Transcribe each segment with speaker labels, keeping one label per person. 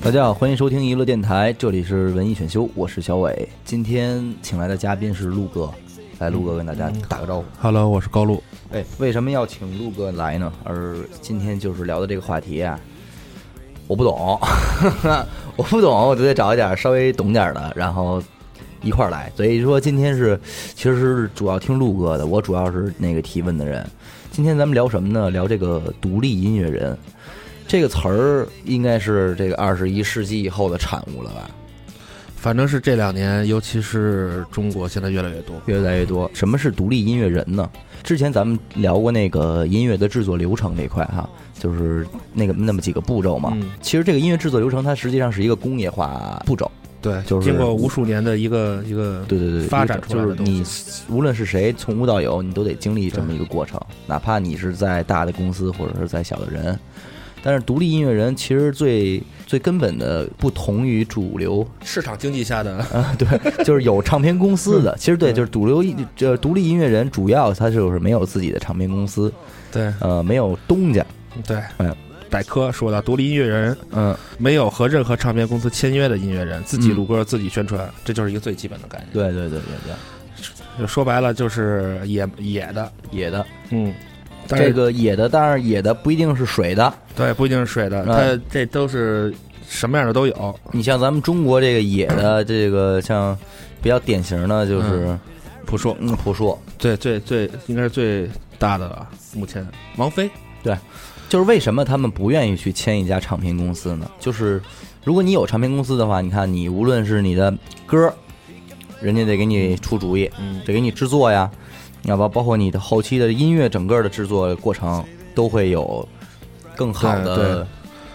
Speaker 1: 大家好，欢迎收听娱乐电台，这里是文艺选修，我是小伟。今天请来的嘉宾是陆哥，来，陆哥跟大家打个招呼。
Speaker 2: 嗯 Hello，我是高露。
Speaker 1: 哎，为什么要请陆哥来呢？而今天就是聊的这个话题啊，我不懂， 我不懂，我就得找一点稍微懂点的，然后一块儿来。所以说今天是，其实是主要听陆哥的，我主要是那个提问的人。今天咱们聊什么呢？聊这个独立音乐人这个词儿，应该是这个二十一世纪以后的产物了吧？
Speaker 2: 反正是这两年，尤其是中国，现在越来越多。
Speaker 1: 越来越多。什么是独立音乐人呢？之前咱们聊过那个音乐的制作流程这一块哈，就是那个那么几个步骤嘛。
Speaker 2: 嗯
Speaker 1: 其实这个音乐制作流程它实际上是一个工业化步骤。
Speaker 2: 对，
Speaker 1: 就是
Speaker 2: 经过无数年的一个一个
Speaker 1: 对对对，
Speaker 2: 发展出来
Speaker 1: 就
Speaker 2: 的
Speaker 1: 是
Speaker 2: 东西
Speaker 1: 你无论是谁从无到有，你都得经历这么一个过程，哪怕你是在大的公司或者是在小的人。但是独立音乐人其实最最根本的不同于主流
Speaker 2: 市场经济下的，
Speaker 1: 哎 就是有唱片公司的，其实对，就是主流音这独立音乐人主要他就是没有自己的唱片公司，
Speaker 2: 对
Speaker 1: 呃，没有东家，
Speaker 2: 对
Speaker 1: 嗯。
Speaker 2: 百科说到，独立音乐人
Speaker 1: 嗯，
Speaker 2: 没有和任何唱片公司签约的音乐人，自己
Speaker 1: 嗯
Speaker 2: 录歌、自己宣传，这就是一个最基本的概念。
Speaker 1: 对对对对对，嗯
Speaker 2: 就说白了，就是野野的，
Speaker 1: 野的
Speaker 2: 嗯，但是
Speaker 1: 这个野的，当然野的不一定是水的，
Speaker 2: 对不一定是水的，
Speaker 1: 嗯
Speaker 2: 它这都是什么样的都有。
Speaker 1: 你像咱们中国这个野的，这个像比较典型的就是
Speaker 2: 朴树，
Speaker 1: 嗯朴树，
Speaker 2: 对，最最应该是最大的了，目前王菲，
Speaker 1: 就是为什么他们不愿意去签一家唱片公司呢？就是如果你有唱片公司的话，你看你无论是你的歌，人家得给你出主意，
Speaker 2: 嗯，
Speaker 1: 得给你制作呀，要不包括你的后期的音乐整个的制作过程都会有更好
Speaker 2: 对
Speaker 1: 的
Speaker 2: 哎对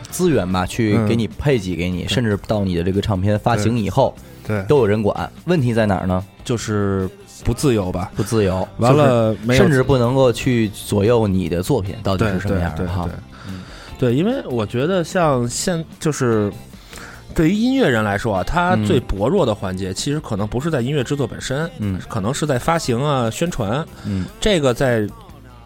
Speaker 1: 资源吧，去
Speaker 2: 嗯
Speaker 1: 给你配给给你，甚至到你的这个唱片发行以后
Speaker 2: 对，
Speaker 1: 都有人管。问题在哪儿呢？
Speaker 2: 就是不自由吧。
Speaker 1: 不自由，
Speaker 2: 完了，
Speaker 1: 就
Speaker 2: 没
Speaker 1: 是
Speaker 2: 有
Speaker 1: 甚至不能够去左右你的作品到底
Speaker 2: 对
Speaker 1: 是什么样
Speaker 2: 对
Speaker 1: 的
Speaker 2: 对
Speaker 1: 哈
Speaker 2: 对。
Speaker 1: 嗯
Speaker 2: 对，因为我觉得像现就是。对于音乐人来说啊，他
Speaker 1: 嗯
Speaker 2: 最薄弱的环节，其实可能不是在音乐制作本身，
Speaker 1: 嗯
Speaker 2: 可能是在发行啊、宣传。
Speaker 1: 嗯
Speaker 2: 这个在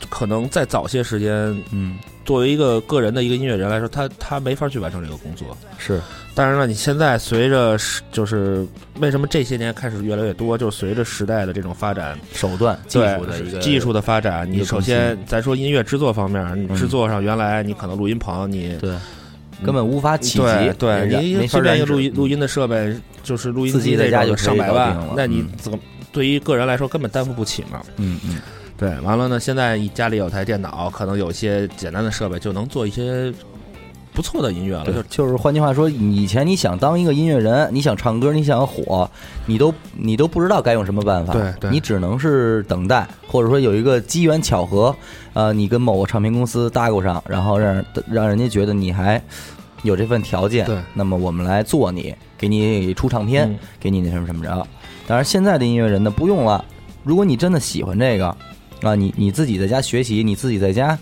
Speaker 2: 可能在早些时间，
Speaker 1: 嗯，
Speaker 2: 作为一个个人的一个音乐人来说，他他没法去完成这个工作。
Speaker 1: 是
Speaker 2: 当然了，你现在随着时就是为什么这些年开始越来越多，就是随着时代的这种发展，
Speaker 1: 手段技
Speaker 2: 对
Speaker 1: 术的一个
Speaker 2: 技术的发展，
Speaker 1: 一
Speaker 2: 你
Speaker 1: 个
Speaker 2: 首
Speaker 1: 更新
Speaker 2: 先咱说音乐制作方面，你
Speaker 1: 嗯
Speaker 2: 制作上原来你可能录音棚你。
Speaker 1: 对，根本无法企及
Speaker 2: 嗯对，对，
Speaker 1: 人家
Speaker 2: 你
Speaker 1: 没
Speaker 2: 随
Speaker 1: 法
Speaker 2: 便一个
Speaker 1: 染指
Speaker 2: 录音录音的设备，就是录音
Speaker 1: 自己
Speaker 2: 机
Speaker 1: 在
Speaker 2: 这
Speaker 1: 家
Speaker 2: 种
Speaker 1: 就可
Speaker 2: 上
Speaker 1: 以
Speaker 2: 百万
Speaker 1: 搞定了，
Speaker 2: 那你
Speaker 1: 嗯
Speaker 2: 怎么对于个人来说根本担负不起嘛？
Speaker 1: 嗯嗯
Speaker 2: 对，完了呢，现在你家里有台电脑，可能有一些简单的设备就能做一些不错的音乐了，就
Speaker 1: 对，就是换句话说，你以前你想当一个音乐人，你想唱歌，你想火，你都你都不知道该用什么办法，
Speaker 2: 对对
Speaker 1: 你只能是等待，或者说有一个机缘巧合，呃，你跟某个唱片公司搭过上，然后让让人家觉得你还有这份条件，
Speaker 2: 对
Speaker 1: 那么我们来做你，给你出唱片，
Speaker 2: 嗯
Speaker 1: 给你那什么什么着。当然，现在的音乐人呢，不用了。如果你真的喜欢这个，啊，你你自己在家学习，你自己在家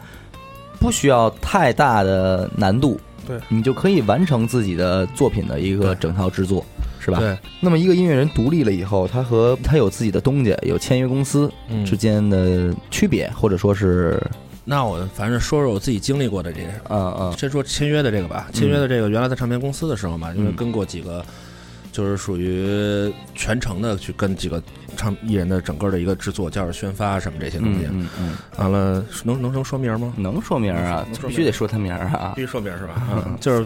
Speaker 1: 不需要太大的难度，
Speaker 2: 对
Speaker 1: 你就可以完成自己的作品的一个整套制作，是吧？
Speaker 2: 对，
Speaker 1: 那么一个音乐人独立了以后，他和他有自己的东家，有签约公司
Speaker 2: 嗯
Speaker 1: 之间的区别，或者说是，
Speaker 2: 那我反正说说我自己经历过的这些事儿。
Speaker 1: 嗯嗯
Speaker 2: 啊先说签约的这个吧，签约的这个原来在唱片公司的时候嘛，因为跟过几个，就是属于全程的去跟几个唱艺人的整个的一个制作、加上宣发什么这些东西。
Speaker 1: 嗯嗯，
Speaker 2: 完了，能能能说名吗？
Speaker 1: 能说名儿啊
Speaker 2: 嗯能，说
Speaker 1: 必须得说他名儿啊
Speaker 2: 必，须说名是吧？
Speaker 1: 嗯
Speaker 2: 嗯，就是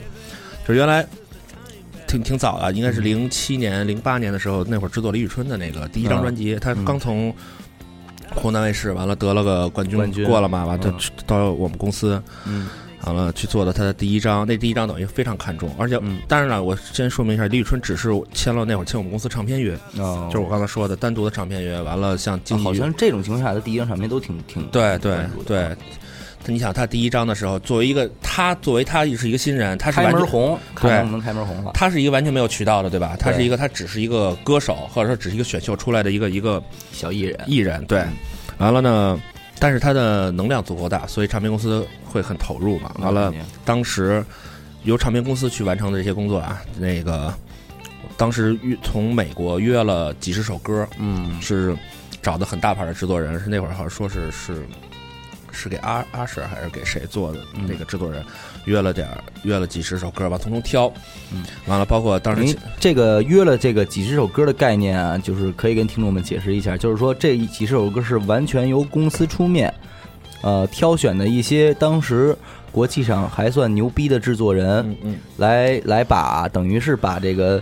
Speaker 2: 就是原来。挺挺早的，应该是零七年、零八年的时候，那会儿制作李宇春的那个第一张
Speaker 1: 嗯
Speaker 2: 专辑，他
Speaker 1: 嗯
Speaker 2: 刚从湖南卫视完了得了个冠军，
Speaker 1: 冠军
Speaker 2: 过了嘛，完了
Speaker 1: 嗯
Speaker 2: 他去到我们公司，
Speaker 1: 嗯
Speaker 2: 完了去做了他的第一张，那第一张等于非常看重，而且
Speaker 1: 嗯，
Speaker 2: 当然了，我先说明一下，李宇春只是签了那会儿签我们公司唱片约，
Speaker 1: 哦
Speaker 2: 就是我刚才说的单独的唱片约。完了，像经
Speaker 1: 啊
Speaker 2: 纪约
Speaker 1: 好像这种情况下，他第一张唱片都挺挺
Speaker 2: 对
Speaker 1: 挺
Speaker 2: 对
Speaker 1: 关注的
Speaker 2: 对，你想他第一张的时候，作为一个他作为他也是一个新人，他是
Speaker 1: 开
Speaker 2: 完
Speaker 1: 门
Speaker 2: 全
Speaker 1: 红，看
Speaker 2: 对
Speaker 1: 能不能开门红了。
Speaker 2: 他是一个完全没有渠道的，对吧？他
Speaker 1: 对
Speaker 2: 是一个他只是一个歌手，或者说只是一个选秀出来的一个一个
Speaker 1: 小艺人，
Speaker 2: 艺人，对
Speaker 1: 嗯。
Speaker 2: 完了呢，但是他的能量足够大，所以唱片公司会很投入嘛。完
Speaker 1: 嗯
Speaker 2: 了，当时由唱片公司去完成的这些工作啊，那个当时约从美国约了几十首歌，
Speaker 1: 嗯，
Speaker 2: 是找的很大牌的制作人，是那会儿好像说是是是给阿阿婶还是给谁做的
Speaker 1: 嗯
Speaker 2: 那个制作人，约了点儿约了几十首歌吧，从中挑，
Speaker 1: 嗯，
Speaker 2: 完了包括当时
Speaker 1: 您
Speaker 2: 其
Speaker 1: 这个约了这个几十首歌的概念啊，就是可以跟听众们解释一下，就是说这一几十首歌是完全由公司出面，呃，挑选的一些当时国际上还算牛逼的制作人
Speaker 2: 嗯嗯
Speaker 1: 来来把，等于是把这个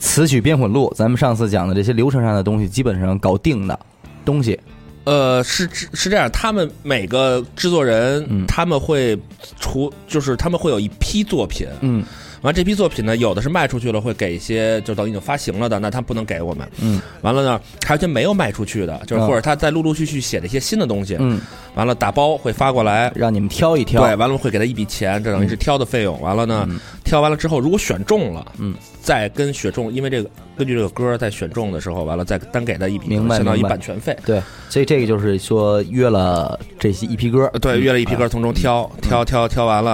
Speaker 1: 词曲编混录，咱们上次讲的这些流程上的东西，基本上搞定的东西。
Speaker 2: 呃，是是是这样，他们每个制作人，
Speaker 1: 嗯
Speaker 2: 他们会除，就是他们会有一批作品，
Speaker 1: 嗯
Speaker 2: 完这批作品呢，有的是卖出去了，会给一些就等于已经发行了的，那他不能给我们。
Speaker 1: 嗯
Speaker 2: 完了呢，还有一些没有卖出去的，就是
Speaker 1: 嗯
Speaker 2: 或者他在陆陆续续写的一些新的东西，
Speaker 1: 嗯，
Speaker 2: 完了打包会发过来。
Speaker 1: 让你们挑一
Speaker 2: 对，
Speaker 1: 挑。
Speaker 2: 完了会给他一笔钱，这等于是挑的费用。完了呢，
Speaker 1: 嗯
Speaker 2: 挑完了之后，如果选中了，
Speaker 1: 嗯，
Speaker 2: 再跟选中，因为这个根据这个歌在选中的时候，完了再单给他一笔，
Speaker 1: 明白
Speaker 2: 相当于
Speaker 1: 明白
Speaker 2: 版权费。
Speaker 1: 对，所以这个就是说约了这些一批歌
Speaker 2: 呃，对，约了一批歌，从中挑、
Speaker 1: 嗯
Speaker 2: 挑挑挑完了，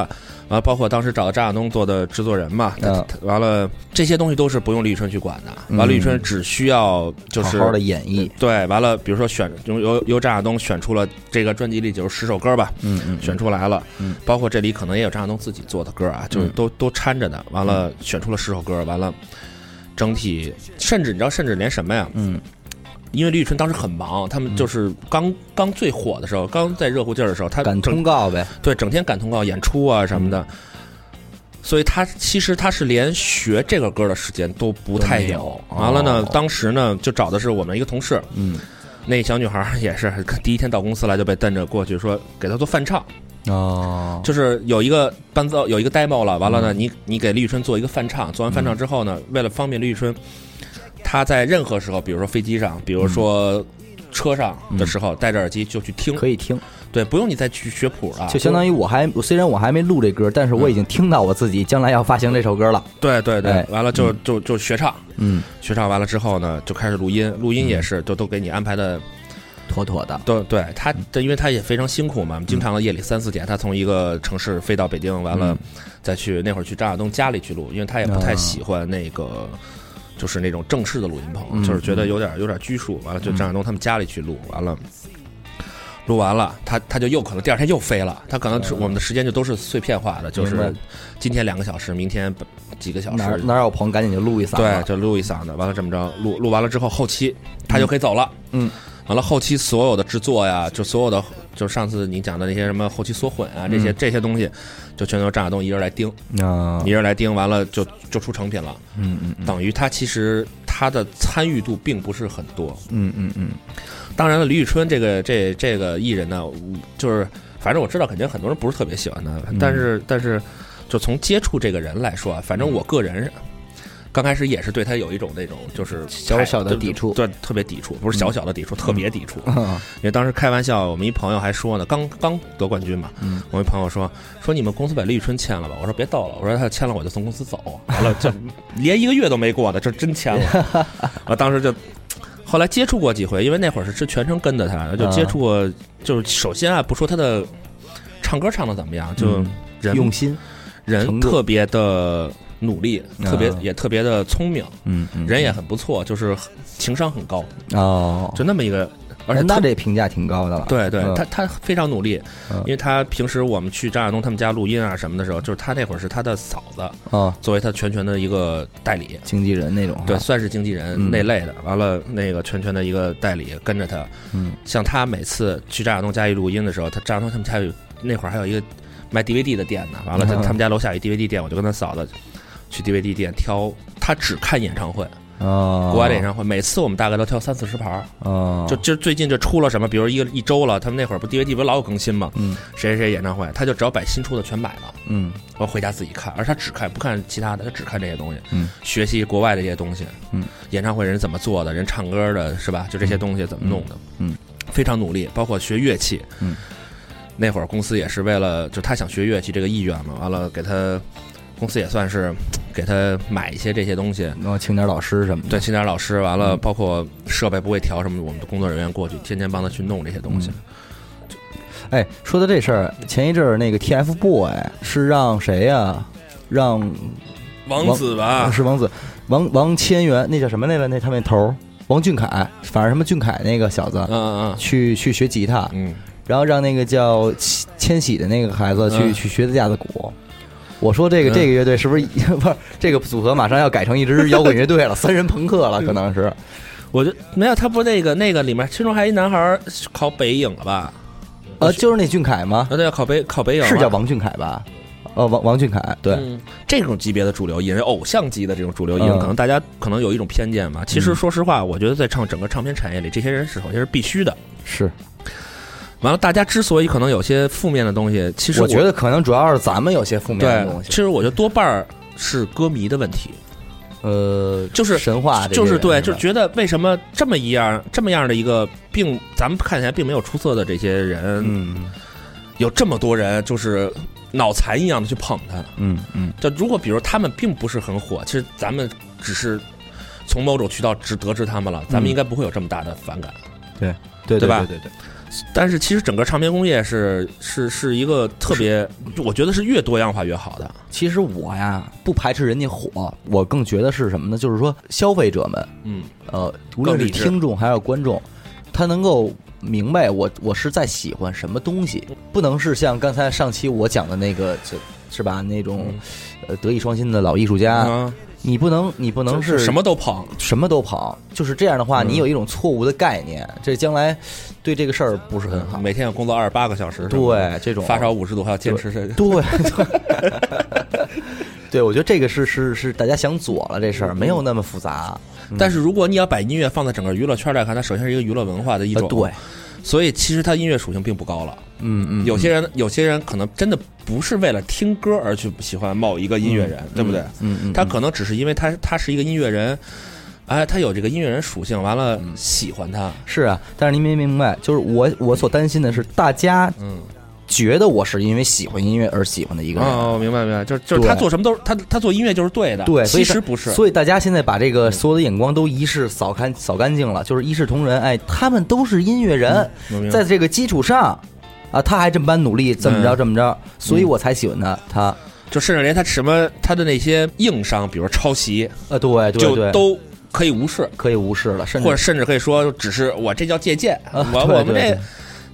Speaker 2: 完了包括当时找张亚东做的制作人嘛，他
Speaker 1: 嗯
Speaker 2: 他完了这些东西都是不用李宇春去管的，
Speaker 1: 嗯
Speaker 2: 完了李宇春只需要就是
Speaker 1: 好好的演绎。
Speaker 2: 对，完了比如说选由由由张亚东选出了这个专辑里就是十首歌吧，
Speaker 1: 嗯嗯，
Speaker 2: 选出来了，
Speaker 1: 嗯
Speaker 2: 包括这里可能也有张亚东自己做的歌啊，就是
Speaker 1: 嗯
Speaker 2: 都、都掺着的，完了选出了十首歌，完了。整体，甚至你知道，甚至连什么呀？
Speaker 1: 嗯
Speaker 2: 因为李宇春当时很忙，他们就是刚、刚最火的时候，刚在热乎劲儿的时候，他
Speaker 1: 赶
Speaker 2: 整
Speaker 1: 嗯通告呗。
Speaker 2: 对，整天赶通告、演出啊什么的。
Speaker 1: 嗯
Speaker 2: 所以他其实他是连学这个歌的时间都不太有。
Speaker 1: 都没有
Speaker 2: 完了呢，
Speaker 1: 哦
Speaker 2: 当时呢就找的是我们一个同事，
Speaker 1: 嗯
Speaker 2: 那小女孩儿也是第一天到公司来就被瞪着过去说给她做翻唱，
Speaker 1: 哦，
Speaker 2: 就是有一个伴奏有一个 demo 了，完了
Speaker 1: 嗯
Speaker 2: 呢你你给李宇春做一个翻唱，做完翻唱之后呢，为了方便李宇春，她在任何时候，比如说飞机上，比如说。车上的时候戴着耳机就去听，
Speaker 1: 嗯
Speaker 2: 啊
Speaker 1: 可以听，
Speaker 2: 对，不用你再去学谱了，
Speaker 1: 就相当于我还虽然我还没录这歌，但是我已经
Speaker 2: 嗯
Speaker 1: 听到我自己将来要发行这首歌了。
Speaker 2: 对对对
Speaker 1: 哎，
Speaker 2: 完了就就就学唱，
Speaker 1: 嗯，
Speaker 2: 学唱完了之后呢，就开始录音，录音也是就都给你安排的，
Speaker 1: 妥妥的。
Speaker 2: 都对他，
Speaker 1: 嗯
Speaker 2: 对因为他也非常辛苦嘛，经常夜里三四点，他从一个城市飞到北京，完了
Speaker 1: 嗯啊
Speaker 2: 再去那会儿去张亚东家里去录，因为他也不太喜欢那个。就是那种正式的录音棚，
Speaker 1: 嗯
Speaker 2: 就是觉得有点有点拘束，完了就张亚东他们家里去录，完了录完了，他他就又可能第二天又飞了，他可能是
Speaker 1: 嗯
Speaker 2: 我们的时间就都是碎片化的，就
Speaker 1: 明白
Speaker 2: 是今天两个小时，明天几个小时
Speaker 1: 哪，儿哪儿有棚，赶紧就录一嗓
Speaker 2: 对，
Speaker 1: 子。
Speaker 2: 就录一嗓子，完了这么着，录录完了之后，后期他就可以走了。
Speaker 1: 嗯，
Speaker 2: 完了后期所有的制作呀，就所有的就上次你讲的那些什么后期缩混啊，这些、
Speaker 1: 嗯
Speaker 2: 这些东西，就全都张亚东一人来盯，
Speaker 1: 啊
Speaker 2: 一人来盯，完了就就出成品了。
Speaker 1: 嗯嗯
Speaker 2: 等于他其实他的参与度并不是很多。
Speaker 1: 嗯嗯嗯，
Speaker 2: 当然了，李宇春这个这这个艺人呢，我就是反正我知道，肯定很多人不是特别喜欢他，
Speaker 1: 嗯
Speaker 2: 但是但是就从接触这个人来说啊，反正我个人刚开始也是对他有一种那种就是
Speaker 1: 小小的
Speaker 2: 对
Speaker 1: 抵触
Speaker 2: 对，特别抵触，不是小小的抵触，特别抵触。
Speaker 1: 嗯
Speaker 2: 因为当时开玩笑，我们一朋友还说呢，刚刚得冠军嘛，
Speaker 1: 嗯
Speaker 2: 我一朋友说说你们公司把李宇春签了吧，我说别逗了，我说他签了我就从公司走，完了就 连一个月都没过呢，这真签了， 我当时就。后来接触过几回，因为那会儿是全程跟着他，
Speaker 1: 啊
Speaker 2: 就接触过，就是首先啊，不说他的唱歌唱的怎么样，就
Speaker 1: 嗯
Speaker 2: 人、
Speaker 1: 用心。
Speaker 2: 人
Speaker 1: 程度
Speaker 2: 特别的努力，特别
Speaker 1: 啊
Speaker 2: 也特别的聪明，
Speaker 1: 嗯嗯
Speaker 2: 人也很不错，就是很情商很高，
Speaker 1: 哦，
Speaker 2: 就那么一个，而且
Speaker 1: 那
Speaker 2: 特
Speaker 1: 这评价挺高的了。
Speaker 2: 对对
Speaker 1: 嗯，
Speaker 2: 他他非常努力，
Speaker 1: 嗯
Speaker 2: 因为他平时我们去张亚东他们家录音啊什么的时候，就是他那会儿是他的嫂子
Speaker 1: 啊，
Speaker 2: 作为他全权的一个代理，
Speaker 1: 经纪人那种。
Speaker 2: 对，，算是经纪人
Speaker 1: 嗯
Speaker 2: 那类的。完了，那个全权的一个代理跟着他，
Speaker 1: 嗯
Speaker 2: 像他每次去张亚东家里录音的时候，他张亚东他们家有那会儿还有一个卖 DVD 的店呢，完了他
Speaker 1: 嗯
Speaker 2: 他们家楼下有 DVD 店，我就跟他嫂子。去 DVD 店挑，他只看演唱会，
Speaker 1: 啊，
Speaker 2: 国外的演唱会。每次我们大概都挑三四十盘儿，
Speaker 1: 啊，
Speaker 2: 就就最近就出了什么，比如一个一周了，他们那会儿不 DVD 不老有更新吗？
Speaker 1: 嗯
Speaker 2: 谁谁谁演唱会，他就只要把新出的全买了，
Speaker 1: 嗯
Speaker 2: 然后回家自己看，而他只看不看其他的，他只看这些东西，
Speaker 1: 嗯，
Speaker 2: 学习国外的这些东西，
Speaker 1: 嗯，
Speaker 2: 演唱会人怎么做的，人唱歌的是吧？就这些东西怎么弄的，
Speaker 1: 嗯
Speaker 2: 非常努力，包括学乐器，
Speaker 1: 嗯，
Speaker 2: 那会儿公司也是为了，就他想学乐器这个意愿嘛，完了给他公司也算是给他买一些这些东西，
Speaker 1: 然后请点老师什么的。
Speaker 2: 对，请点老师，完了
Speaker 1: 嗯
Speaker 2: 包括设备不会调什么，我们的工作人员过去天天帮他去弄这些东西，
Speaker 1: 哎，说到这事儿，前一阵儿那个 TFBOY 是让谁呀、让、
Speaker 2: 王子吧，
Speaker 1: 是王子王王千源，那叫什么来着？那他们头儿王俊凯，反正什么俊凯那个小子、
Speaker 2: 嗯嗯
Speaker 1: 去去学吉他，
Speaker 2: 嗯嗯
Speaker 1: 然后让那个叫千千玺的那个孩子去、
Speaker 2: 嗯
Speaker 1: 去学的架子鼓。我说这个
Speaker 2: 嗯
Speaker 1: 这个乐队是不是 不是这个组合马上要改成一支摇滚乐队了，三人朋克了，可能是
Speaker 2: 我就没有他不那个那个里面，其中还有一男孩儿考北影了吧？
Speaker 1: 呃，就是那俊凯吗？
Speaker 2: 嗯啊，对啊，考北考北影了
Speaker 1: 是叫王俊凯吧？哦，王王俊凯，对，
Speaker 2: 嗯这种级别的主流艺人，偶像级的这种主流艺人，
Speaker 1: 嗯
Speaker 2: 可能大家可能有一种偏见吧。其实说实话，我觉得在唱整个唱片产业里，这些人是首先是必须的。
Speaker 1: 是。
Speaker 2: 完了，大家之所以可能有些负面的东西，其实
Speaker 1: 我觉得可能主要是咱们有些负面的东
Speaker 2: 对，
Speaker 1: 西
Speaker 2: 其，实我觉得多半儿是歌迷的问题，
Speaker 1: 呃，
Speaker 2: 就是
Speaker 1: 神话这些
Speaker 2: 就
Speaker 1: 人，
Speaker 2: 是对，就是
Speaker 1: 吧
Speaker 2: 觉得为什么这么一样这么样的一个并咱们看起来并没有出色的这些人，
Speaker 1: 嗯
Speaker 2: 有这么多人就是脑残一样的去捧他。
Speaker 1: 嗯嗯，
Speaker 2: 就如果比如他们并不是很火，其实咱们只是从某种渠道只得知他们了，
Speaker 1: 嗯
Speaker 2: 咱们应该不会有这么大的反感。
Speaker 1: 对
Speaker 2: 对吧
Speaker 1: 对对，
Speaker 2: 但是其实整个唱片工业是是是一个特别，我觉得是越多样化越好的。
Speaker 1: 其实我呀不排斥人家火，我更觉得是什么呢？就是说消费者们，
Speaker 2: 嗯，
Speaker 1: 呃，无论是
Speaker 2: 理智
Speaker 1: 听众还是观众，他能够明白我我是在喜欢什么东西，不能是像刚才上期我讲的那个，是是吧？那种
Speaker 2: 嗯
Speaker 1: 呃德艺双馨的老艺术家，
Speaker 2: 啊，
Speaker 1: 你不能你不能
Speaker 2: 就是什么都捧，
Speaker 1: 什么都跑，就是这样的话，
Speaker 2: 嗯
Speaker 1: 你有一种错误的概念，这将来对这个事儿不是很好。
Speaker 2: 每天要工作二十八个小时，是吧，
Speaker 1: 对这种
Speaker 2: 嗯发烧，五十度还要坚持是。
Speaker 1: 对对，对 我觉得这个是是是大家想左了这事儿，
Speaker 2: 嗯
Speaker 1: 没有那么复杂。
Speaker 2: 但是如果你要把音乐放在整个娱乐圈来看，它首先是一个娱乐文化的一
Speaker 1: 呃
Speaker 2: 种，
Speaker 1: 对，，
Speaker 2: 所以其实它音乐属性并不高了。
Speaker 1: 嗯嗯，
Speaker 2: 有些人有些人可能真的不是为了听歌而去喜欢某一个音乐人，对不对？
Speaker 1: 嗯嗯，
Speaker 2: 他可能只是因为他他是一个音乐人，哎，他有这个音乐人属性，完了
Speaker 1: 嗯
Speaker 2: 喜欢他，
Speaker 1: 是啊，但是您没明白，就是我我所担心的是，大家
Speaker 2: 嗯，
Speaker 1: 觉得我是因为喜欢音乐而喜欢的一个人。
Speaker 2: 哦，明白明白，就是就是他
Speaker 1: 对
Speaker 2: 做什么都是他他做音乐就是对的，
Speaker 1: 对，所
Speaker 2: 其
Speaker 1: 以
Speaker 2: 实
Speaker 1: 大
Speaker 2: 不是，嗯
Speaker 1: 所以大家现在把这个所有的眼光都一视扫干扫干净了，就是一视同仁。哎，他们都是音乐人，
Speaker 2: 我明白
Speaker 1: 在这个基础上，啊，他还这么般努力，怎么
Speaker 2: 嗯
Speaker 1: 着这么着，所以我才喜欢他。他，
Speaker 2: 就甚至连他什么他的那些硬伤，比如抄袭，
Speaker 1: 呃，对对
Speaker 2: 就
Speaker 1: 对，
Speaker 2: 都可以无视，
Speaker 1: 可以无视了，甚
Speaker 2: 或者
Speaker 1: 至
Speaker 2: 甚至可以说，只是我这叫借鉴，
Speaker 1: 啊
Speaker 2: 我
Speaker 1: 对
Speaker 2: 我们
Speaker 1: 对
Speaker 2: 这
Speaker 1: 对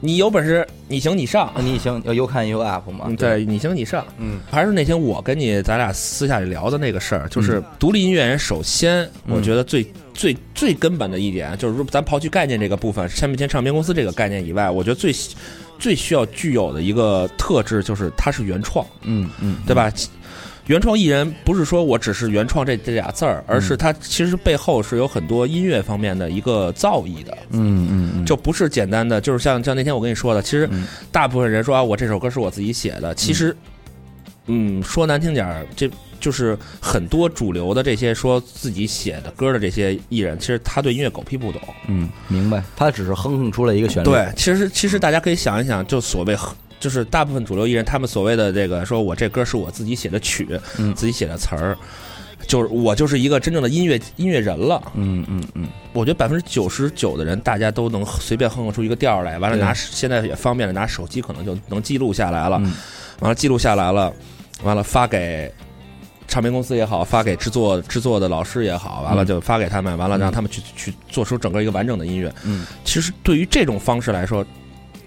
Speaker 2: 你有本事你行你上，
Speaker 1: 你行要 you can you up 嘛
Speaker 2: 嗯，，对你行你上，
Speaker 1: 嗯，
Speaker 2: 还是那天我跟你咱俩私下里聊的那个事儿，
Speaker 1: 嗯
Speaker 2: 就是独立音乐人，首先我觉得最、最最根本的一点，就是说咱刨去概念这个部分，签不签唱片公司这个概念以外，我觉得最最需要具有的一个特质就是它是原创，
Speaker 1: 嗯嗯，
Speaker 2: 对吧？原创艺人不是说我只是原创这这俩字儿，而
Speaker 1: 嗯
Speaker 2: 是它其实背后是有很多音乐方面的一个造诣的。
Speaker 1: 嗯嗯嗯，
Speaker 2: 就不是简单的，就是像像那天我跟你说的，其实
Speaker 1: 嗯
Speaker 2: 大部分人说啊，我这首歌是我自己写的，其实，嗯，说难听点儿，这就是很多主流的这些说自己写的歌的这些艺人，其实他对音乐狗屁不懂。
Speaker 1: 嗯，明白，他只是哼哼出了一个旋律，，
Speaker 2: 对，其实其实大家可以想一想，就所谓就是大部分主流艺人，他们所谓的这个说我这歌是我自己写的曲，
Speaker 1: 嗯
Speaker 2: 自己写的词儿。就是我就是一个真正的音乐音乐人了，
Speaker 1: 嗯嗯嗯，
Speaker 2: 我觉得百分之九十九的人，大家都能随便哼哼出一个调儿来，完了
Speaker 1: 对
Speaker 2: 拿现在也方便了，拿手机可能就能记录下来了，
Speaker 1: 嗯
Speaker 2: 完了记录下来了，完了发给唱片公司也好，发给制作制作的老师也好，完了
Speaker 1: 嗯
Speaker 2: 就发给他们，完了
Speaker 1: 嗯
Speaker 2: 让他们去去做出整个一个完整的音乐。
Speaker 1: 嗯
Speaker 2: 其实对于这种方式来说，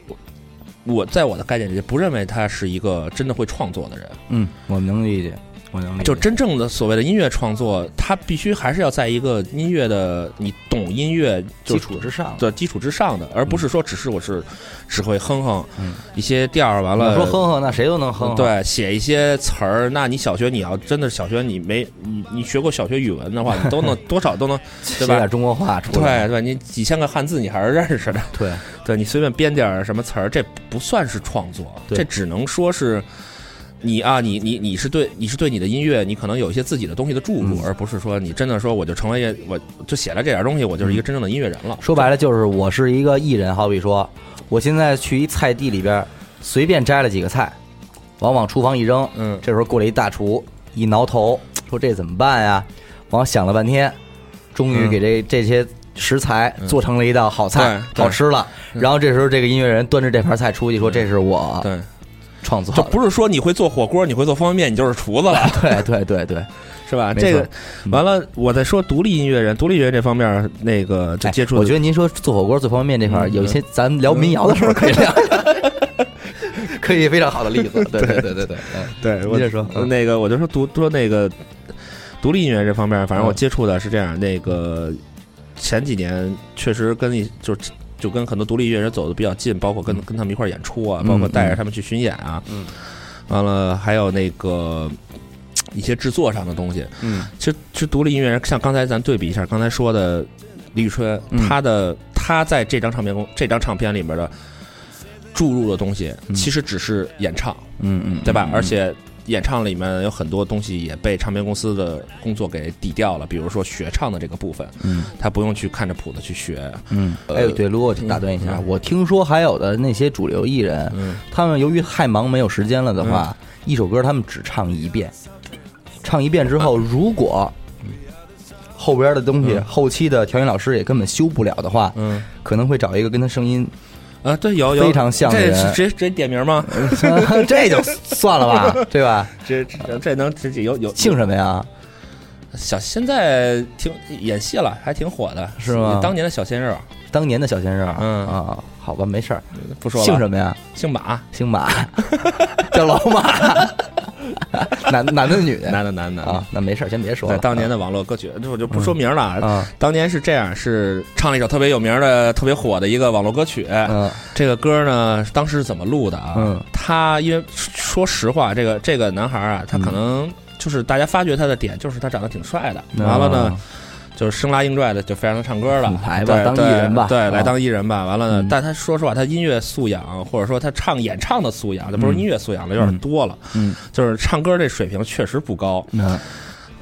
Speaker 2: 我我在我的概念里不认为他是一个真的会创作的人，
Speaker 1: 嗯，我能理解，我能理解，
Speaker 2: 就真正的所谓的音乐创作，他必须还是要在一个音乐的你懂音乐就
Speaker 1: 基
Speaker 2: 是
Speaker 1: 础之上，
Speaker 2: 的基础之上的，而不是说只是我是只会哼哼
Speaker 1: 嗯
Speaker 2: 一些调儿，完
Speaker 1: 你
Speaker 2: 了
Speaker 1: 说哼哼，那谁都能哼啊哼，，
Speaker 2: 对写一些词儿。那你小学你要真的小学你没你你学过小学语文的话，你都 能多少都能
Speaker 1: 写
Speaker 2: 对吧
Speaker 1: 点中国话出来，
Speaker 2: 对对，你几千个汉字你还是认识的。
Speaker 1: 对，
Speaker 2: 对你随便编点儿什么词儿，这不算是创作，
Speaker 1: 对
Speaker 2: 这只能说是。你啊，你你你是对你是对你的音乐，你可能有一些自己的东西的注入，
Speaker 1: 嗯
Speaker 2: 而不是说你真的说我就成为我就写了这点儿东西，我就是一个
Speaker 1: 嗯
Speaker 2: 真正的音乐人了。
Speaker 1: 说白了就是我是一个艺人，好比说，我现在去一菜地里边儿随便摘了几个菜，往往厨房一扔，
Speaker 2: 嗯
Speaker 1: 这时候过来一大厨，一挠头说这怎么办呀？往想了半天，终于
Speaker 2: 嗯
Speaker 1: 给这、这些食材做成了一道好菜，
Speaker 2: 对对嗯
Speaker 1: 好吃了。然后这时候这个音乐人端着这盘菜出去说：“这是我
Speaker 2: 对，
Speaker 1: 创作
Speaker 2: 就
Speaker 1: 的。
Speaker 2: 不是说你会做火锅，你会做方便面，你就是厨子了。
Speaker 1: 对对对对，
Speaker 2: 是吧？
Speaker 1: 没错
Speaker 2: 这个
Speaker 1: 嗯
Speaker 2: 完了，我在说独立音乐人，独立音乐人这方面那个 就
Speaker 1: 哎
Speaker 2: 接触，
Speaker 1: 我觉得您说做火锅、做方便面这块儿，
Speaker 2: 嗯
Speaker 1: 有一些咱们聊民谣的时候可以聊， 可以非常好的例子。对对对对对，嗯
Speaker 2: 对，我
Speaker 1: 接着说嗯
Speaker 2: 那个我就说独说那个独立音乐这方面，反正我
Speaker 1: 嗯
Speaker 2: 接触的是这样，那个前几年确实跟一就是。就跟很多独立音乐人走的比较近，包括跟跟他们一块儿演出啊，
Speaker 1: 嗯
Speaker 2: 包括带着他们去巡演啊，
Speaker 1: 嗯，
Speaker 2: 完了还有那个一些制作上的东西，
Speaker 1: 嗯
Speaker 2: 其实，其实独立音乐人，像刚才咱对比一下，刚才说的李宇春，
Speaker 1: 嗯
Speaker 2: 他的他在这张唱片公这张唱片里面的注入的东西，
Speaker 1: 嗯
Speaker 2: 其实只是演唱，
Speaker 1: 嗯嗯，
Speaker 2: 对吧？
Speaker 1: 嗯
Speaker 2: 而且演唱里面有很多东西也被唱片公司的工作给抵掉了，比如说学唱的这个部分，
Speaker 1: 嗯
Speaker 2: 他不用去看着谱子去学，
Speaker 1: 嗯，哎，对，如果我打断一下，
Speaker 2: 呃嗯
Speaker 1: 我听说还有的那些主流艺人，
Speaker 2: 嗯，
Speaker 1: 他们由于太忙没有时间了的话，一首歌他们只唱一遍，唱一遍之后，如果后边的东西，
Speaker 2: 嗯
Speaker 1: 后期的调音老师也根本修不了的话，
Speaker 2: 嗯
Speaker 1: 可能会找一个跟他声 音
Speaker 2: 啊，对，有有
Speaker 1: 非常像的
Speaker 2: 这
Speaker 1: 人
Speaker 2: 是直接直接点名吗？
Speaker 1: 这就算了 吧，对吧？
Speaker 2: 呃这这呃这能直接有有
Speaker 1: 姓什么呀？
Speaker 2: 小现在挺演戏了，还挺火的，
Speaker 1: 是吗
Speaker 2: 当年的小鲜肉，
Speaker 1: 当年的小鲜肉啊，
Speaker 2: 嗯
Speaker 1: 啊，好吧，没事儿。
Speaker 2: 不说了，
Speaker 1: 姓什么呀？
Speaker 2: 姓马，
Speaker 1: 姓马， 叫老马。男男的女的
Speaker 2: 男的男的
Speaker 1: 啊。，那没事儿，先别说
Speaker 2: 在
Speaker 1: 了。
Speaker 2: 嗯当年的网络歌曲，这我就不说名了。啊。
Speaker 1: 啊，
Speaker 2: 当年是这样，是唱了一首特别有名的、特别火的一个网络歌曲。
Speaker 1: 嗯
Speaker 2: 这个歌呢，当时是怎么录的啊？
Speaker 1: 嗯
Speaker 2: 他因为说实话，这个这个男孩啊，
Speaker 1: 嗯
Speaker 2: 他可能就是大家发掘他的点，就是他长得挺帅的。
Speaker 1: 嗯
Speaker 2: 完了呢，就是生拉硬拽的，就非让他唱歌了
Speaker 1: 嗯，来吧
Speaker 2: 对
Speaker 1: 当艺
Speaker 2: 对
Speaker 1: 人吧
Speaker 2: 对，
Speaker 1: 啊
Speaker 2: 来当艺人吧。完了呢
Speaker 1: 嗯，
Speaker 2: 但他说实话，他音乐素养或者说他唱演唱的素养，这不是
Speaker 1: 嗯
Speaker 2: 音乐素养了，有点
Speaker 1: 嗯
Speaker 2: 多了。
Speaker 1: 嗯
Speaker 2: 就是唱歌这水平确实不高。
Speaker 1: 那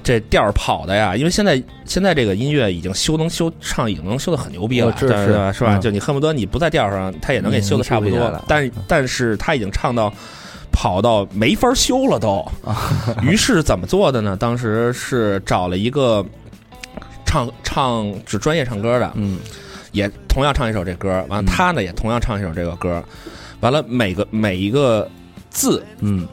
Speaker 2: 这调儿跑的呀，因为现在现在这个音乐已经修能修唱已经能修得很牛逼了，
Speaker 1: 我知
Speaker 2: 对
Speaker 1: 是
Speaker 2: 吧？是吧？
Speaker 1: 嗯
Speaker 2: 就你恨不得你不在调儿上，他也能给修得差不多。
Speaker 1: 嗯能修回来了
Speaker 2: 但但是他已经唱到跑到没法修了 都。于是怎么做的呢？当时是找了一个唱唱只专业唱歌的，
Speaker 1: 嗯
Speaker 2: 也同样唱一首这歌儿。完
Speaker 1: 嗯
Speaker 2: 了，他呢也同样唱一首这个歌儿。完了，每个每一个字
Speaker 1: 嗯，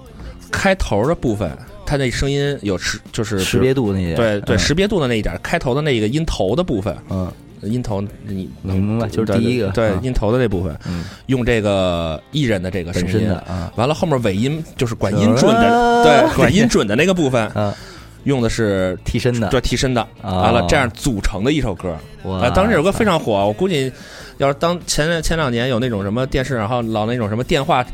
Speaker 2: 开头的部分，他那声音有识，就是比
Speaker 1: 识
Speaker 2: 如
Speaker 1: 别度那些，
Speaker 2: 对对，
Speaker 1: 嗯
Speaker 2: 识别度的那一点儿，开头的那个音头的部分，
Speaker 1: 嗯，
Speaker 2: 音头你
Speaker 1: 我明白就是第一个
Speaker 2: 对
Speaker 1: 啊
Speaker 2: 音头的那部分
Speaker 1: 嗯，
Speaker 2: 用这个艺人的这个声
Speaker 1: 本身
Speaker 2: 音
Speaker 1: 的，啊
Speaker 2: 完了后面尾音就是管音准的，
Speaker 1: 啊
Speaker 2: 对管音准的那个部分
Speaker 1: 啊，
Speaker 2: 用的是
Speaker 1: 替身的，
Speaker 2: 对替身的，
Speaker 1: 哦
Speaker 2: 完了这样组成的一首歌，
Speaker 1: 哇，
Speaker 2: 啊，当时这首歌非常火，我估计要是当前前两年有那种什么电视，然后老那种什么电话。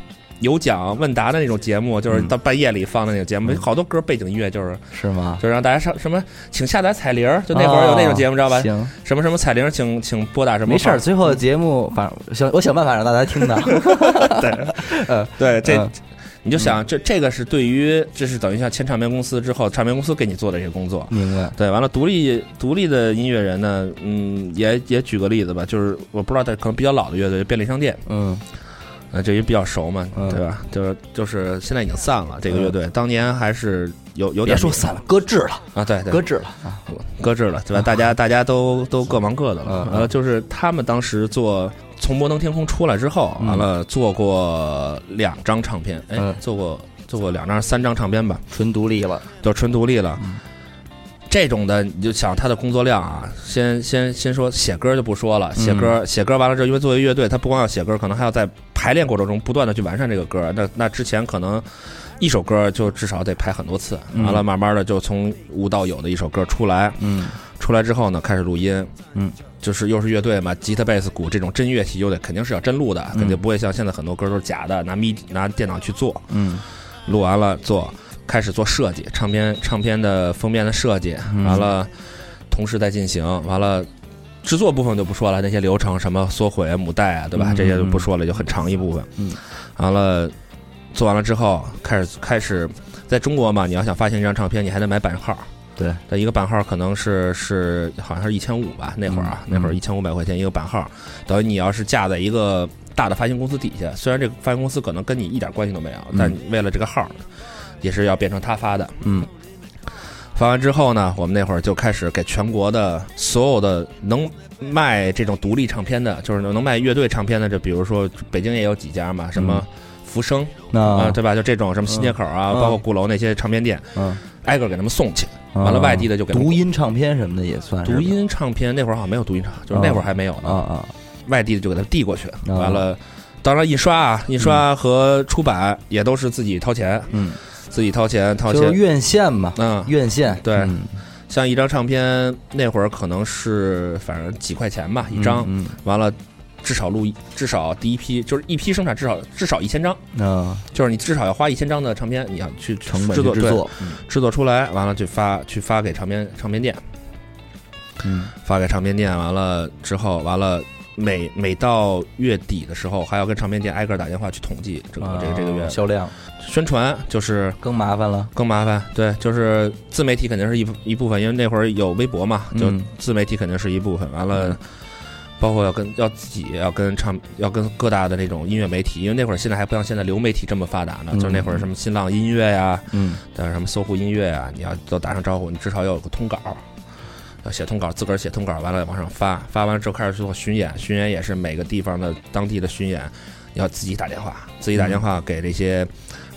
Speaker 2: 有奖问答的那种节目，就是
Speaker 1: 嗯
Speaker 2: 到半夜里放的那种节目，
Speaker 1: 嗯
Speaker 2: 好多歌背景音乐就是
Speaker 1: 是吗？
Speaker 2: 就让大家上什么，请下载彩铃儿，就那会儿有那种节目，知道吧
Speaker 1: 哦？行，
Speaker 2: 什么什么彩铃儿，请请拨打什么号。
Speaker 1: 没事儿，最后节目反正想我想办法让大家听 到，
Speaker 2: 对，这、
Speaker 1: 嗯
Speaker 2: 你就想，这这个是对于，这是等于像签唱片公司之后，唱片公司给你做的这些工作。
Speaker 1: 明白？
Speaker 2: 对，完了，独立独立的音乐人呢，嗯，也也举个例子吧，就是我不知道，但可能比较老的乐队，便利商店，
Speaker 1: 嗯
Speaker 2: 呃，这也比较熟嘛，嗯
Speaker 1: 嗯
Speaker 2: 对吧？就是就是现在已经散了，这个乐队、当年还是有有
Speaker 1: 别
Speaker 2: 点
Speaker 1: 说散了，搁置了，
Speaker 2: 啊，对对，
Speaker 1: 搁置了啊。
Speaker 2: 搁置了，对吧？大 家大家都都各忙各的了。
Speaker 1: 嗯
Speaker 2: 完了，就是他们当时做从摩登天空出来之后，
Speaker 1: 嗯
Speaker 2: 完了做过两张唱片，哎
Speaker 1: 嗯，
Speaker 2: 做过做过两张三张唱片吧，
Speaker 1: 纯独立了，
Speaker 2: 就纯独立了
Speaker 1: 嗯。
Speaker 2: 这种的你就想他的工作量啊，先先先说写歌就不说了，写歌
Speaker 1: 嗯
Speaker 2: 写歌完了之后，因为作为乐队，他不光要写歌，可能还要在排练过程中不断的去完善这个歌。那那之前可能一首歌就至少得排很多次，
Speaker 1: 嗯
Speaker 2: 完了慢慢的就从无到有的一首歌出来，
Speaker 1: 嗯
Speaker 2: 出来之后呢，开始录音，
Speaker 1: 嗯，
Speaker 2: 就是又是乐队嘛，吉他、贝斯、鼓这种真乐器，又得肯定是要真录的，
Speaker 1: 嗯
Speaker 2: 肯定不会像现在很多歌都是假的，拿咪拿电脑去做，
Speaker 1: 嗯
Speaker 2: 录完了做，开始做设计，唱片唱片的封面的设计，
Speaker 1: 嗯
Speaker 2: 完了，同时在进行，完了。制作部分就不说了，那些流程什么缩回、母带啊，对吧？
Speaker 1: 嗯
Speaker 2: 这些就不说了，就很长一部分。
Speaker 1: 嗯，
Speaker 2: 完了，做完了之后，开始开始，在中国嘛，你要想发行一张唱片，你还得买版号。
Speaker 1: 对，
Speaker 2: 但一个版号可能是是好像是一千五吧，那会儿啊，
Speaker 1: 嗯
Speaker 2: 那会儿
Speaker 1: 嗯
Speaker 2: 一千五百块钱一个版号，等于你要是架在一个大的发行公司底下，虽然这个发行公司可能跟你一点关系都没有，
Speaker 1: 嗯
Speaker 2: 但为了这个号，也是要变成他发的。
Speaker 1: 嗯
Speaker 2: 发完之后呢，我们那会儿就开始给全国的所有的能卖这种独立唱片的，就是能卖乐队唱片的，就比如说北京也有几家嘛，什么福生
Speaker 1: 嗯
Speaker 2: 啊
Speaker 1: 那
Speaker 2: 啊，对吧？就这种什么新街口啊，
Speaker 1: 嗯啊
Speaker 2: 包括鼓楼那些唱片店，
Speaker 1: 嗯
Speaker 2: 挨个给他们送去。完了外地的就给他们
Speaker 1: 读音唱片什么的也算啊是吧
Speaker 2: 读音唱片那会儿好像没有读音唱，就是那会儿还没有
Speaker 1: 啊
Speaker 2: 呢，
Speaker 1: 啊，
Speaker 2: 外地的就给他们递过去，
Speaker 1: 啊
Speaker 2: 完了。当然，印刷啊，印刷和出版也都是自己掏钱，
Speaker 1: 嗯，
Speaker 2: 自己掏钱掏
Speaker 1: 就是
Speaker 2: 钱。
Speaker 1: 院线嘛，
Speaker 2: 嗯，
Speaker 1: 院线
Speaker 2: 对
Speaker 1: 嗯
Speaker 2: 像一张唱片那会儿可能是反正几块钱吧一张，
Speaker 1: 嗯
Speaker 2: 完了至少录一至少第一批就是一批生产至少至少一千张，
Speaker 1: 嗯啊，
Speaker 2: 就是你至少要花一千张的唱片，你要去
Speaker 1: 成本
Speaker 2: 制作
Speaker 1: 制
Speaker 2: 对
Speaker 1: 作，
Speaker 2: 制作出来，完了去发去发给唱片唱片店，
Speaker 1: 嗯
Speaker 2: 发给唱片店，完了之后完了。每每到月底的时候，还要跟唱片店挨个打电话去统计这个、
Speaker 1: 啊
Speaker 2: 这个这个月
Speaker 1: 销量
Speaker 2: 宣传，就是
Speaker 1: 更麻烦了，
Speaker 2: 更麻烦。对，就是自媒体肯定是一部一部分，因为那会儿有微博嘛，就
Speaker 1: 嗯
Speaker 2: 自媒体肯定是一部分。完了
Speaker 1: 嗯，
Speaker 2: 包括要跟要自己要跟唱要跟各大的那种音乐媒体，因为那会儿现在还不像现在流媒体这么发达呢，
Speaker 1: 嗯
Speaker 2: 就是那会儿什么新浪音乐呀，
Speaker 1: 嗯
Speaker 2: 呃什么搜狐音乐呀，你要都打上招呼，你至少要有个通稿。要写通稿，自个儿写通稿，完了往上发，发完之后开始去做巡演，巡演也是每个地方的当地的巡演，你要自己打电话，自己打
Speaker 1: 嗯
Speaker 2: 电话给这些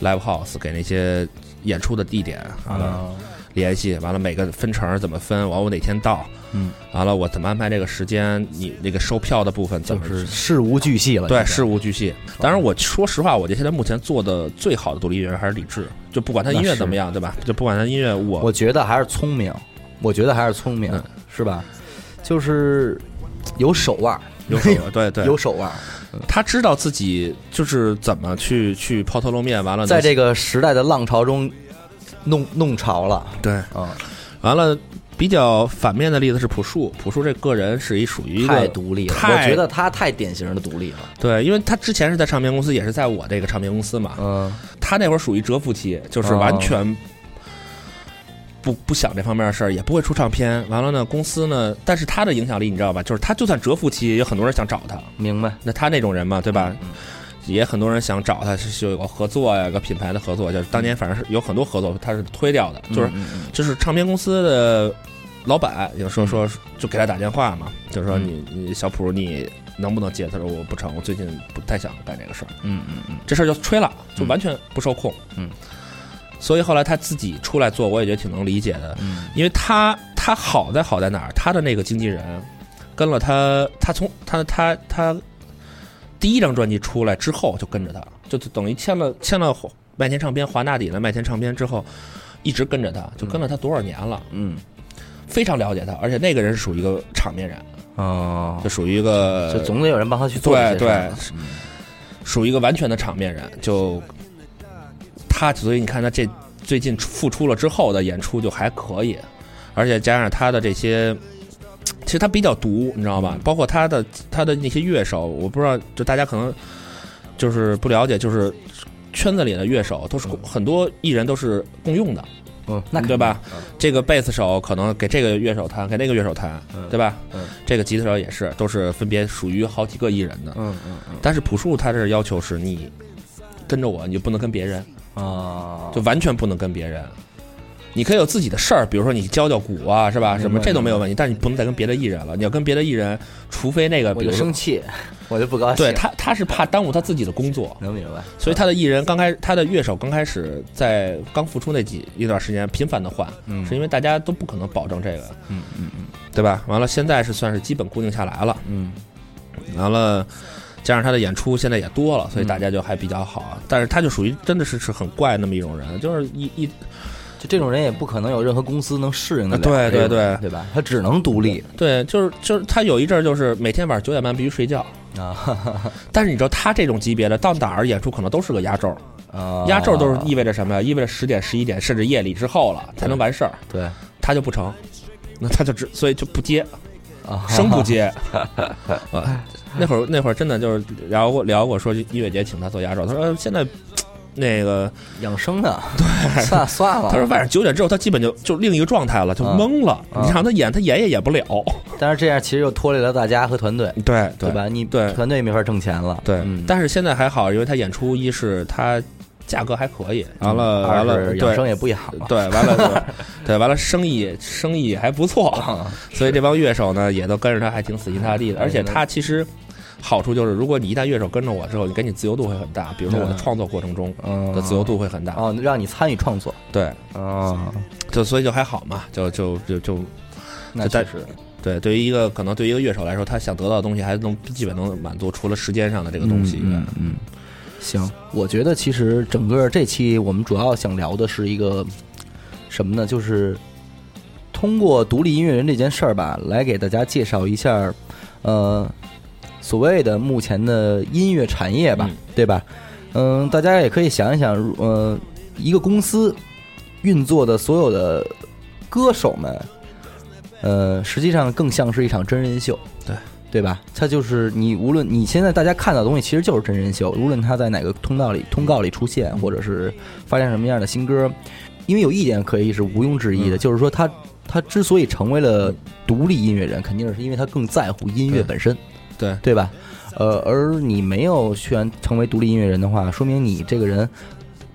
Speaker 2: live house，给那些演出的地点，完了
Speaker 1: 啊
Speaker 2: 联系，完了每个分成怎么分，完了我哪天到，
Speaker 1: 嗯，
Speaker 2: 完了我怎么安排这个时间，你那个售票的部分怎
Speaker 1: 就
Speaker 2: 么
Speaker 1: 是事无巨细了，
Speaker 2: 对
Speaker 1: 现在
Speaker 2: 事无巨细。当然，我说实话，我觉得现在目前做的最好的独立音乐人还是李志，就不管他音乐怎么样，对吧？就不管他音乐，我
Speaker 1: 我觉得还是聪明，我觉得还是聪明，
Speaker 2: 嗯
Speaker 1: 是吧？就是有手腕儿，
Speaker 2: 有手对啊对，
Speaker 1: 有手腕儿，
Speaker 2: 他知道自己就是怎么去去抛头露面，完了
Speaker 1: 在这个时代的浪潮中弄弄潮了
Speaker 2: 对，
Speaker 1: 啊，
Speaker 2: 完了比较反面的例子是朴树，朴树这个人是一属于一
Speaker 1: 太
Speaker 2: 个
Speaker 1: 独立了，
Speaker 2: 太
Speaker 1: 我觉得他太典型的独立了，
Speaker 2: 对，因为他之前是在唱片公司，也是在我这个唱片公司嘛，
Speaker 1: 嗯
Speaker 2: 他那会儿属于蛰伏期，
Speaker 1: 哦
Speaker 2: 就是完全不不想这方面的事儿，也不会出唱片。完了呢，公司呢，但是他的影响力你知道吧？就是他就算蛰伏期，也有很多人想找他。
Speaker 1: 明白，
Speaker 2: 那他那种人嘛，对吧？
Speaker 1: 嗯
Speaker 2: 也很多人想找他，是有个合作呀，有个品牌的合作，就是当年反正是有很多合作，他是推掉的，就是
Speaker 1: 嗯嗯
Speaker 2: 就是唱片公司的老板有时候
Speaker 1: 嗯
Speaker 2: 说就给他打电话嘛，就说
Speaker 1: 嗯
Speaker 2: 你你小普你能不能接？他说我不成，我最近不太想干这个事儿。
Speaker 1: 嗯嗯嗯
Speaker 2: 这事儿就吹了，就完全不受控。
Speaker 1: 嗯，
Speaker 2: 所以后来他自己出来做，我也觉得挺能理解的，
Speaker 1: 嗯
Speaker 2: 因为他他好在好在哪儿？他的那个经纪人跟了他，他从他他他第一张专辑出来之后就跟着他，就就等于签了签了麦田唱片、华纳底的麦田唱片之后。一直跟着他，就跟了他多少年了，
Speaker 1: 嗯
Speaker 2: 非常了解他，而且那个人是属于一个场面人，啊
Speaker 1: 嗯，哦
Speaker 2: 就，属于一个
Speaker 1: 就总得有人帮他去做这些事儿
Speaker 2: 对对属于一个完全的场面人，就他，所以你看他这最近复出了之后的演出就还可以，而且加上他的这些，其实他比较毒，你知道吧？
Speaker 1: 嗯
Speaker 2: 包括他的他的那些乐手，我不知道，就大家可能就是不了解，就是圈子里的乐手都是
Speaker 1: 嗯
Speaker 2: 很多艺人都是共用的，
Speaker 1: 嗯，那肯定
Speaker 2: 对吧？这个贝斯手可能给这个乐手弹，给那个乐手弹，
Speaker 1: 嗯
Speaker 2: 对吧？
Speaker 1: 嗯
Speaker 2: 这个吉他手也是，都是分别属于好几个艺人的。
Speaker 1: 嗯嗯嗯
Speaker 2: 但是朴树他这要求是你跟着我，你就不能跟别人，
Speaker 1: 嗯啊，
Speaker 2: 就完全不能跟别人。你可以有自己的事儿，比如说你教教鼓啊，是吧？什么
Speaker 1: 明白
Speaker 2: 这都没有问题，但是你不能再跟别的艺人了。你要跟别的艺人，除非那个，
Speaker 1: 我
Speaker 2: 比
Speaker 1: 就
Speaker 2: 如说
Speaker 1: 生，气， 啊我就不高兴，
Speaker 2: 对他，他是怕耽误他自己的工作，
Speaker 1: 能明白，
Speaker 2: 所以他的艺人刚开，他的乐手刚开始在刚复出那几一段时间频繁的换，
Speaker 1: 嗯
Speaker 2: 是因为大家都不可能保证这个，
Speaker 1: 嗯嗯嗯
Speaker 2: 对吧？完了，现在是算是基本固定下来了，
Speaker 1: 嗯
Speaker 2: 完了，加上他的演出现在也多了，所以大家就还比较好。啊但是他就属于真的是是很怪那么一种人，就是一一
Speaker 1: 就这种人也不可能有任何公司能适应的了，
Speaker 2: 对对
Speaker 1: 这种人
Speaker 2: 对
Speaker 1: 对吧？他只能独立
Speaker 2: 对，就是就是他有一阵儿就是每天晚上九点半必须睡觉。
Speaker 1: 啊哈哈哈
Speaker 2: 但是你知道他这种级别的到哪儿演出可能都是个压轴，
Speaker 1: 啊，
Speaker 2: 压轴都是意味着什么呀？意味着十点、十一点甚至夜里之后了才能完事儿，
Speaker 1: 对
Speaker 2: 他就不成，那他就只所以就不接，
Speaker 1: 啊，
Speaker 2: 生不接。啊，那会儿那会儿真的就是聊过聊过说音乐节请他做压轴，他说呃现在那个
Speaker 1: 养生呢，对，算算了。
Speaker 2: 他说晚上九点之后，他基本就就另一个状态了，就
Speaker 1: 啊
Speaker 2: 懵了。
Speaker 1: 啊
Speaker 2: 你让他演，他演也演不了。
Speaker 1: 但是这样其实又拖累了大家和团队，
Speaker 2: 对
Speaker 1: 对？吧？你
Speaker 2: 对
Speaker 1: 团队没法挣钱了，
Speaker 2: 对
Speaker 1: 嗯，
Speaker 2: 但是现在还好，因为他演出一是他价格还可以，嗯完了
Speaker 1: 嗯二
Speaker 2: 完了
Speaker 1: 是养生
Speaker 2: 对。
Speaker 1: 也不养 了，
Speaker 2: 对，完了， 对对，完了，生意生 意还不错，所以这帮乐手呢也都跟着他，还挺死心塌地的。而且他其实好处就是，如果你一旦乐手跟着我之后，你给你自由度会很大。比如说我的
Speaker 1: 嗯
Speaker 2: 创作过程中
Speaker 1: 嗯
Speaker 2: 的自由度嗯会很大，
Speaker 1: 哦，让你参与创作
Speaker 2: 对，
Speaker 1: 啊，
Speaker 2: 就所以就还好嘛，就就就就
Speaker 1: 那
Speaker 2: 就在
Speaker 1: 确实，
Speaker 2: 对，对于一个可能对于一个乐手来说，他想得到的东西还能基本能满足，除了时间上的这个东西以外。
Speaker 1: 嗯嗯，行，我觉得其实整个这期我们主要想聊的是一个什么呢？就是通过独立音乐人这件事儿吧，来给大家介绍一下，呃，所谓的目前的音乐产业吧，
Speaker 2: 嗯
Speaker 1: 对吧？嗯、大家也可以想一想，如呃，一个公司运作的所有的歌手们，呃，实际上更像是一场真人秀，
Speaker 2: 对
Speaker 1: 对吧？它就是你无论你现在大家看到的东西，其实就是真人秀，无论它在哪个通道里通告里出现，
Speaker 2: 嗯
Speaker 1: 或者是发现什么样的新歌，因为有一点可以是毋庸置疑的，
Speaker 2: 嗯
Speaker 1: 就是说他他之所以成为了独立音乐人，肯定是因为他更在乎音乐
Speaker 2: 对
Speaker 1: 本身，
Speaker 2: 对
Speaker 1: 对吧？呃，而你没有选成为独立音乐人的话，说明你这个人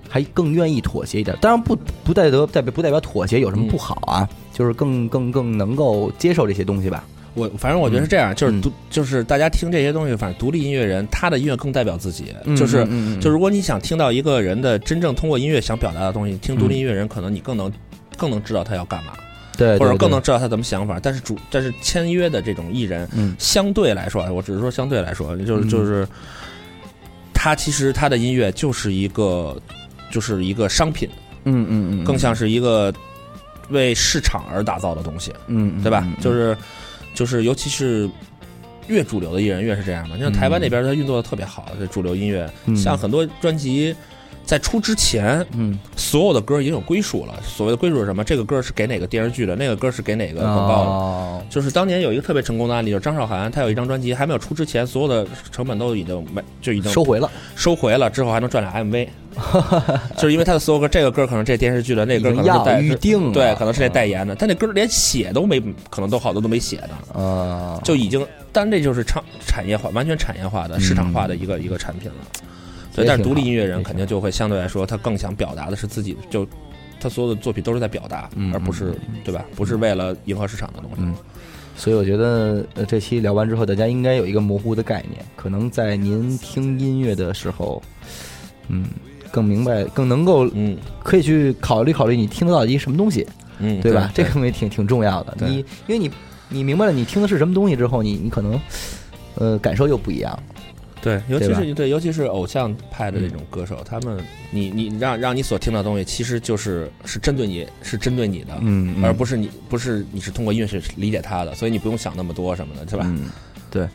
Speaker 1: 还更愿意妥协一点。当然不不代表代表不代表妥协有什么不好啊，
Speaker 2: 嗯
Speaker 1: 就是更更更能够接受这些东西吧。
Speaker 2: 我反正我觉得是这样，就是
Speaker 1: 嗯
Speaker 2: 独就是大家听这些东西，反正独立音乐人他的音乐更代表自己，
Speaker 1: 嗯
Speaker 2: 就是。
Speaker 1: 嗯嗯嗯
Speaker 2: 就如果你想听到一个人的真正通过音乐想表达的东西，听独立音乐人可能你更能更能知道他要干嘛，
Speaker 1: 对，
Speaker 2: 或者
Speaker 1: 对
Speaker 2: 更能知道他怎么想法。但是主但是签约的这种艺人，
Speaker 1: 嗯
Speaker 2: 相对来说，啊，我只是说相对来说，就是
Speaker 1: 嗯
Speaker 2: 就是他其实他的音乐就是一个就是一个商品，
Speaker 1: 嗯嗯嗯，
Speaker 2: 更像是一个为市场而打造的东西，
Speaker 1: 嗯，嗯
Speaker 2: 对吧
Speaker 1: 嗯？嗯
Speaker 2: 就是就是尤其是。越主流的艺人越是这样嘛，像台湾那边他运作的特别好，这主流音乐，
Speaker 1: 嗯
Speaker 2: 像很多专辑在出之前，
Speaker 1: 嗯
Speaker 2: 所有的歌已经有归属了。所谓的归属是什么？这个歌是给哪个电视剧的，那个歌是给哪个广告的。
Speaker 1: 哦
Speaker 2: 就是当年有一个特别成功的案例，就是张韶涵，她有一张专辑还没有出之前，所有的成本都已经没就已经
Speaker 1: 收回了，
Speaker 2: 收回了，之后还能赚俩 MV，就是因为她的所有歌，这个歌可能这电视剧的，那
Speaker 1: 已
Speaker 2: 个歌
Speaker 1: 经
Speaker 2: 可能是
Speaker 1: 要
Speaker 2: 代
Speaker 1: 预定了，
Speaker 2: 对，可能是那代言的，但那歌连写都没，可能都好多都没写呢，
Speaker 1: 啊，
Speaker 2: 就已经，但这就是唱产业化，完全产业化的市场化的一个、一个产品了。对，
Speaker 1: 嗯也
Speaker 2: 但是
Speaker 1: 挺
Speaker 2: 独立
Speaker 1: 好
Speaker 2: 音乐人
Speaker 1: 也
Speaker 2: 肯
Speaker 1: 挺
Speaker 2: 定就会相对来说，他更想表达的是自己，就他所有的作品都是在表达，
Speaker 1: 嗯
Speaker 2: 而不是对吧？不是为了迎合市场的东西。
Speaker 1: 嗯所以我觉得，呃，这期聊完之后，大家应该有一个模糊的概念，可能在您听音乐的时候，嗯，更明白，更能够
Speaker 2: 嗯
Speaker 1: 可以去考虑考虑你听得到的一个什么东西，
Speaker 2: 嗯，
Speaker 1: 对吧？这个东西挺挺重要的。
Speaker 2: 对
Speaker 1: 你因为你你明白了你听的是什么东西之后，你你可能呃感受又不一样。
Speaker 2: 对，尤其
Speaker 1: 对吧嗯
Speaker 2: 是对，尤其是偶像派的这种歌手，他们你你让让你所听到的东西，其实就是是针对你，是针对你的，
Speaker 1: 嗯
Speaker 2: 而不是你不是你是通过音乐去理解他的，所以你不用想那么多什么的，是吧？
Speaker 1: 嗯，对。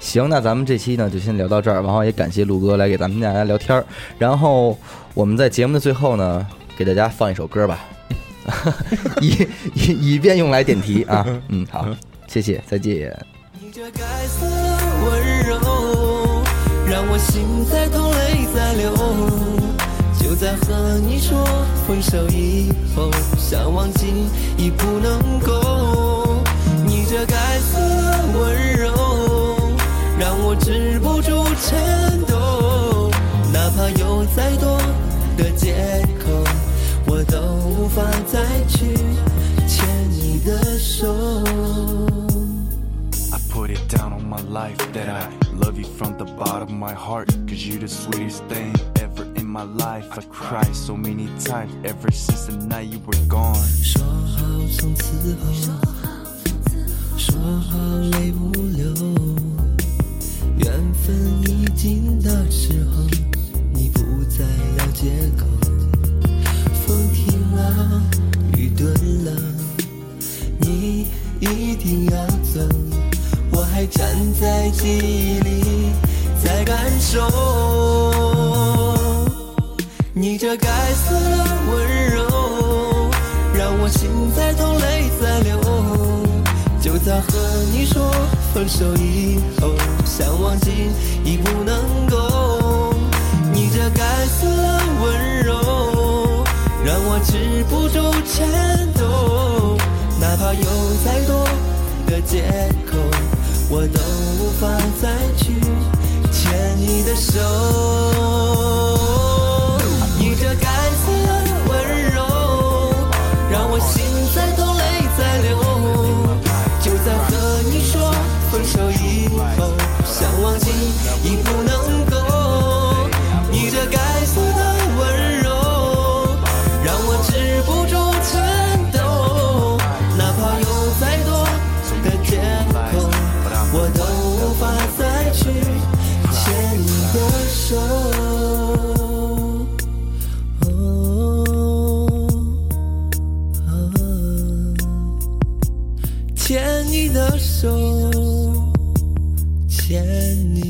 Speaker 1: 行，那咱们这期呢就先聊到这儿，然后也感谢陆哥来给咱们大家聊天儿。然后我们在节目的最后呢，给大家放一首歌吧， 以以以便用来点题啊。嗯，好，谢谢，再见。
Speaker 3: 你这该死的温柔，让我心在痛，泪在流。就在和你说分手以后，想忘记已不能够。你这该死的温柔，让我止不住颤抖。哪怕有再多的借口，我都无法再去牵你的手。
Speaker 4: I put it down on my life that I love you from the bottom of my heart. Cause you the sweetest thing ever in my life. I cried so many times ever since the night you were gone.
Speaker 3: 说好从此后，说好泪不流。缘分已尽的时候，你不再要借口。风停了，雨顿了，你一定要走。我还站在记忆里，在感受。你这该死的温柔，让我心在痛，泪在流。就在和你说分手以后，想忘记已不能够。你这该死的温柔，让我止不住颤抖。哪怕有再多的借口，我都无法再去牵你的手。你这该死的温柔，让我心在痛，泪在流。就在和你说分手以后，想忘记我都无法再去牵你的手。哦哦牵你的手，牵你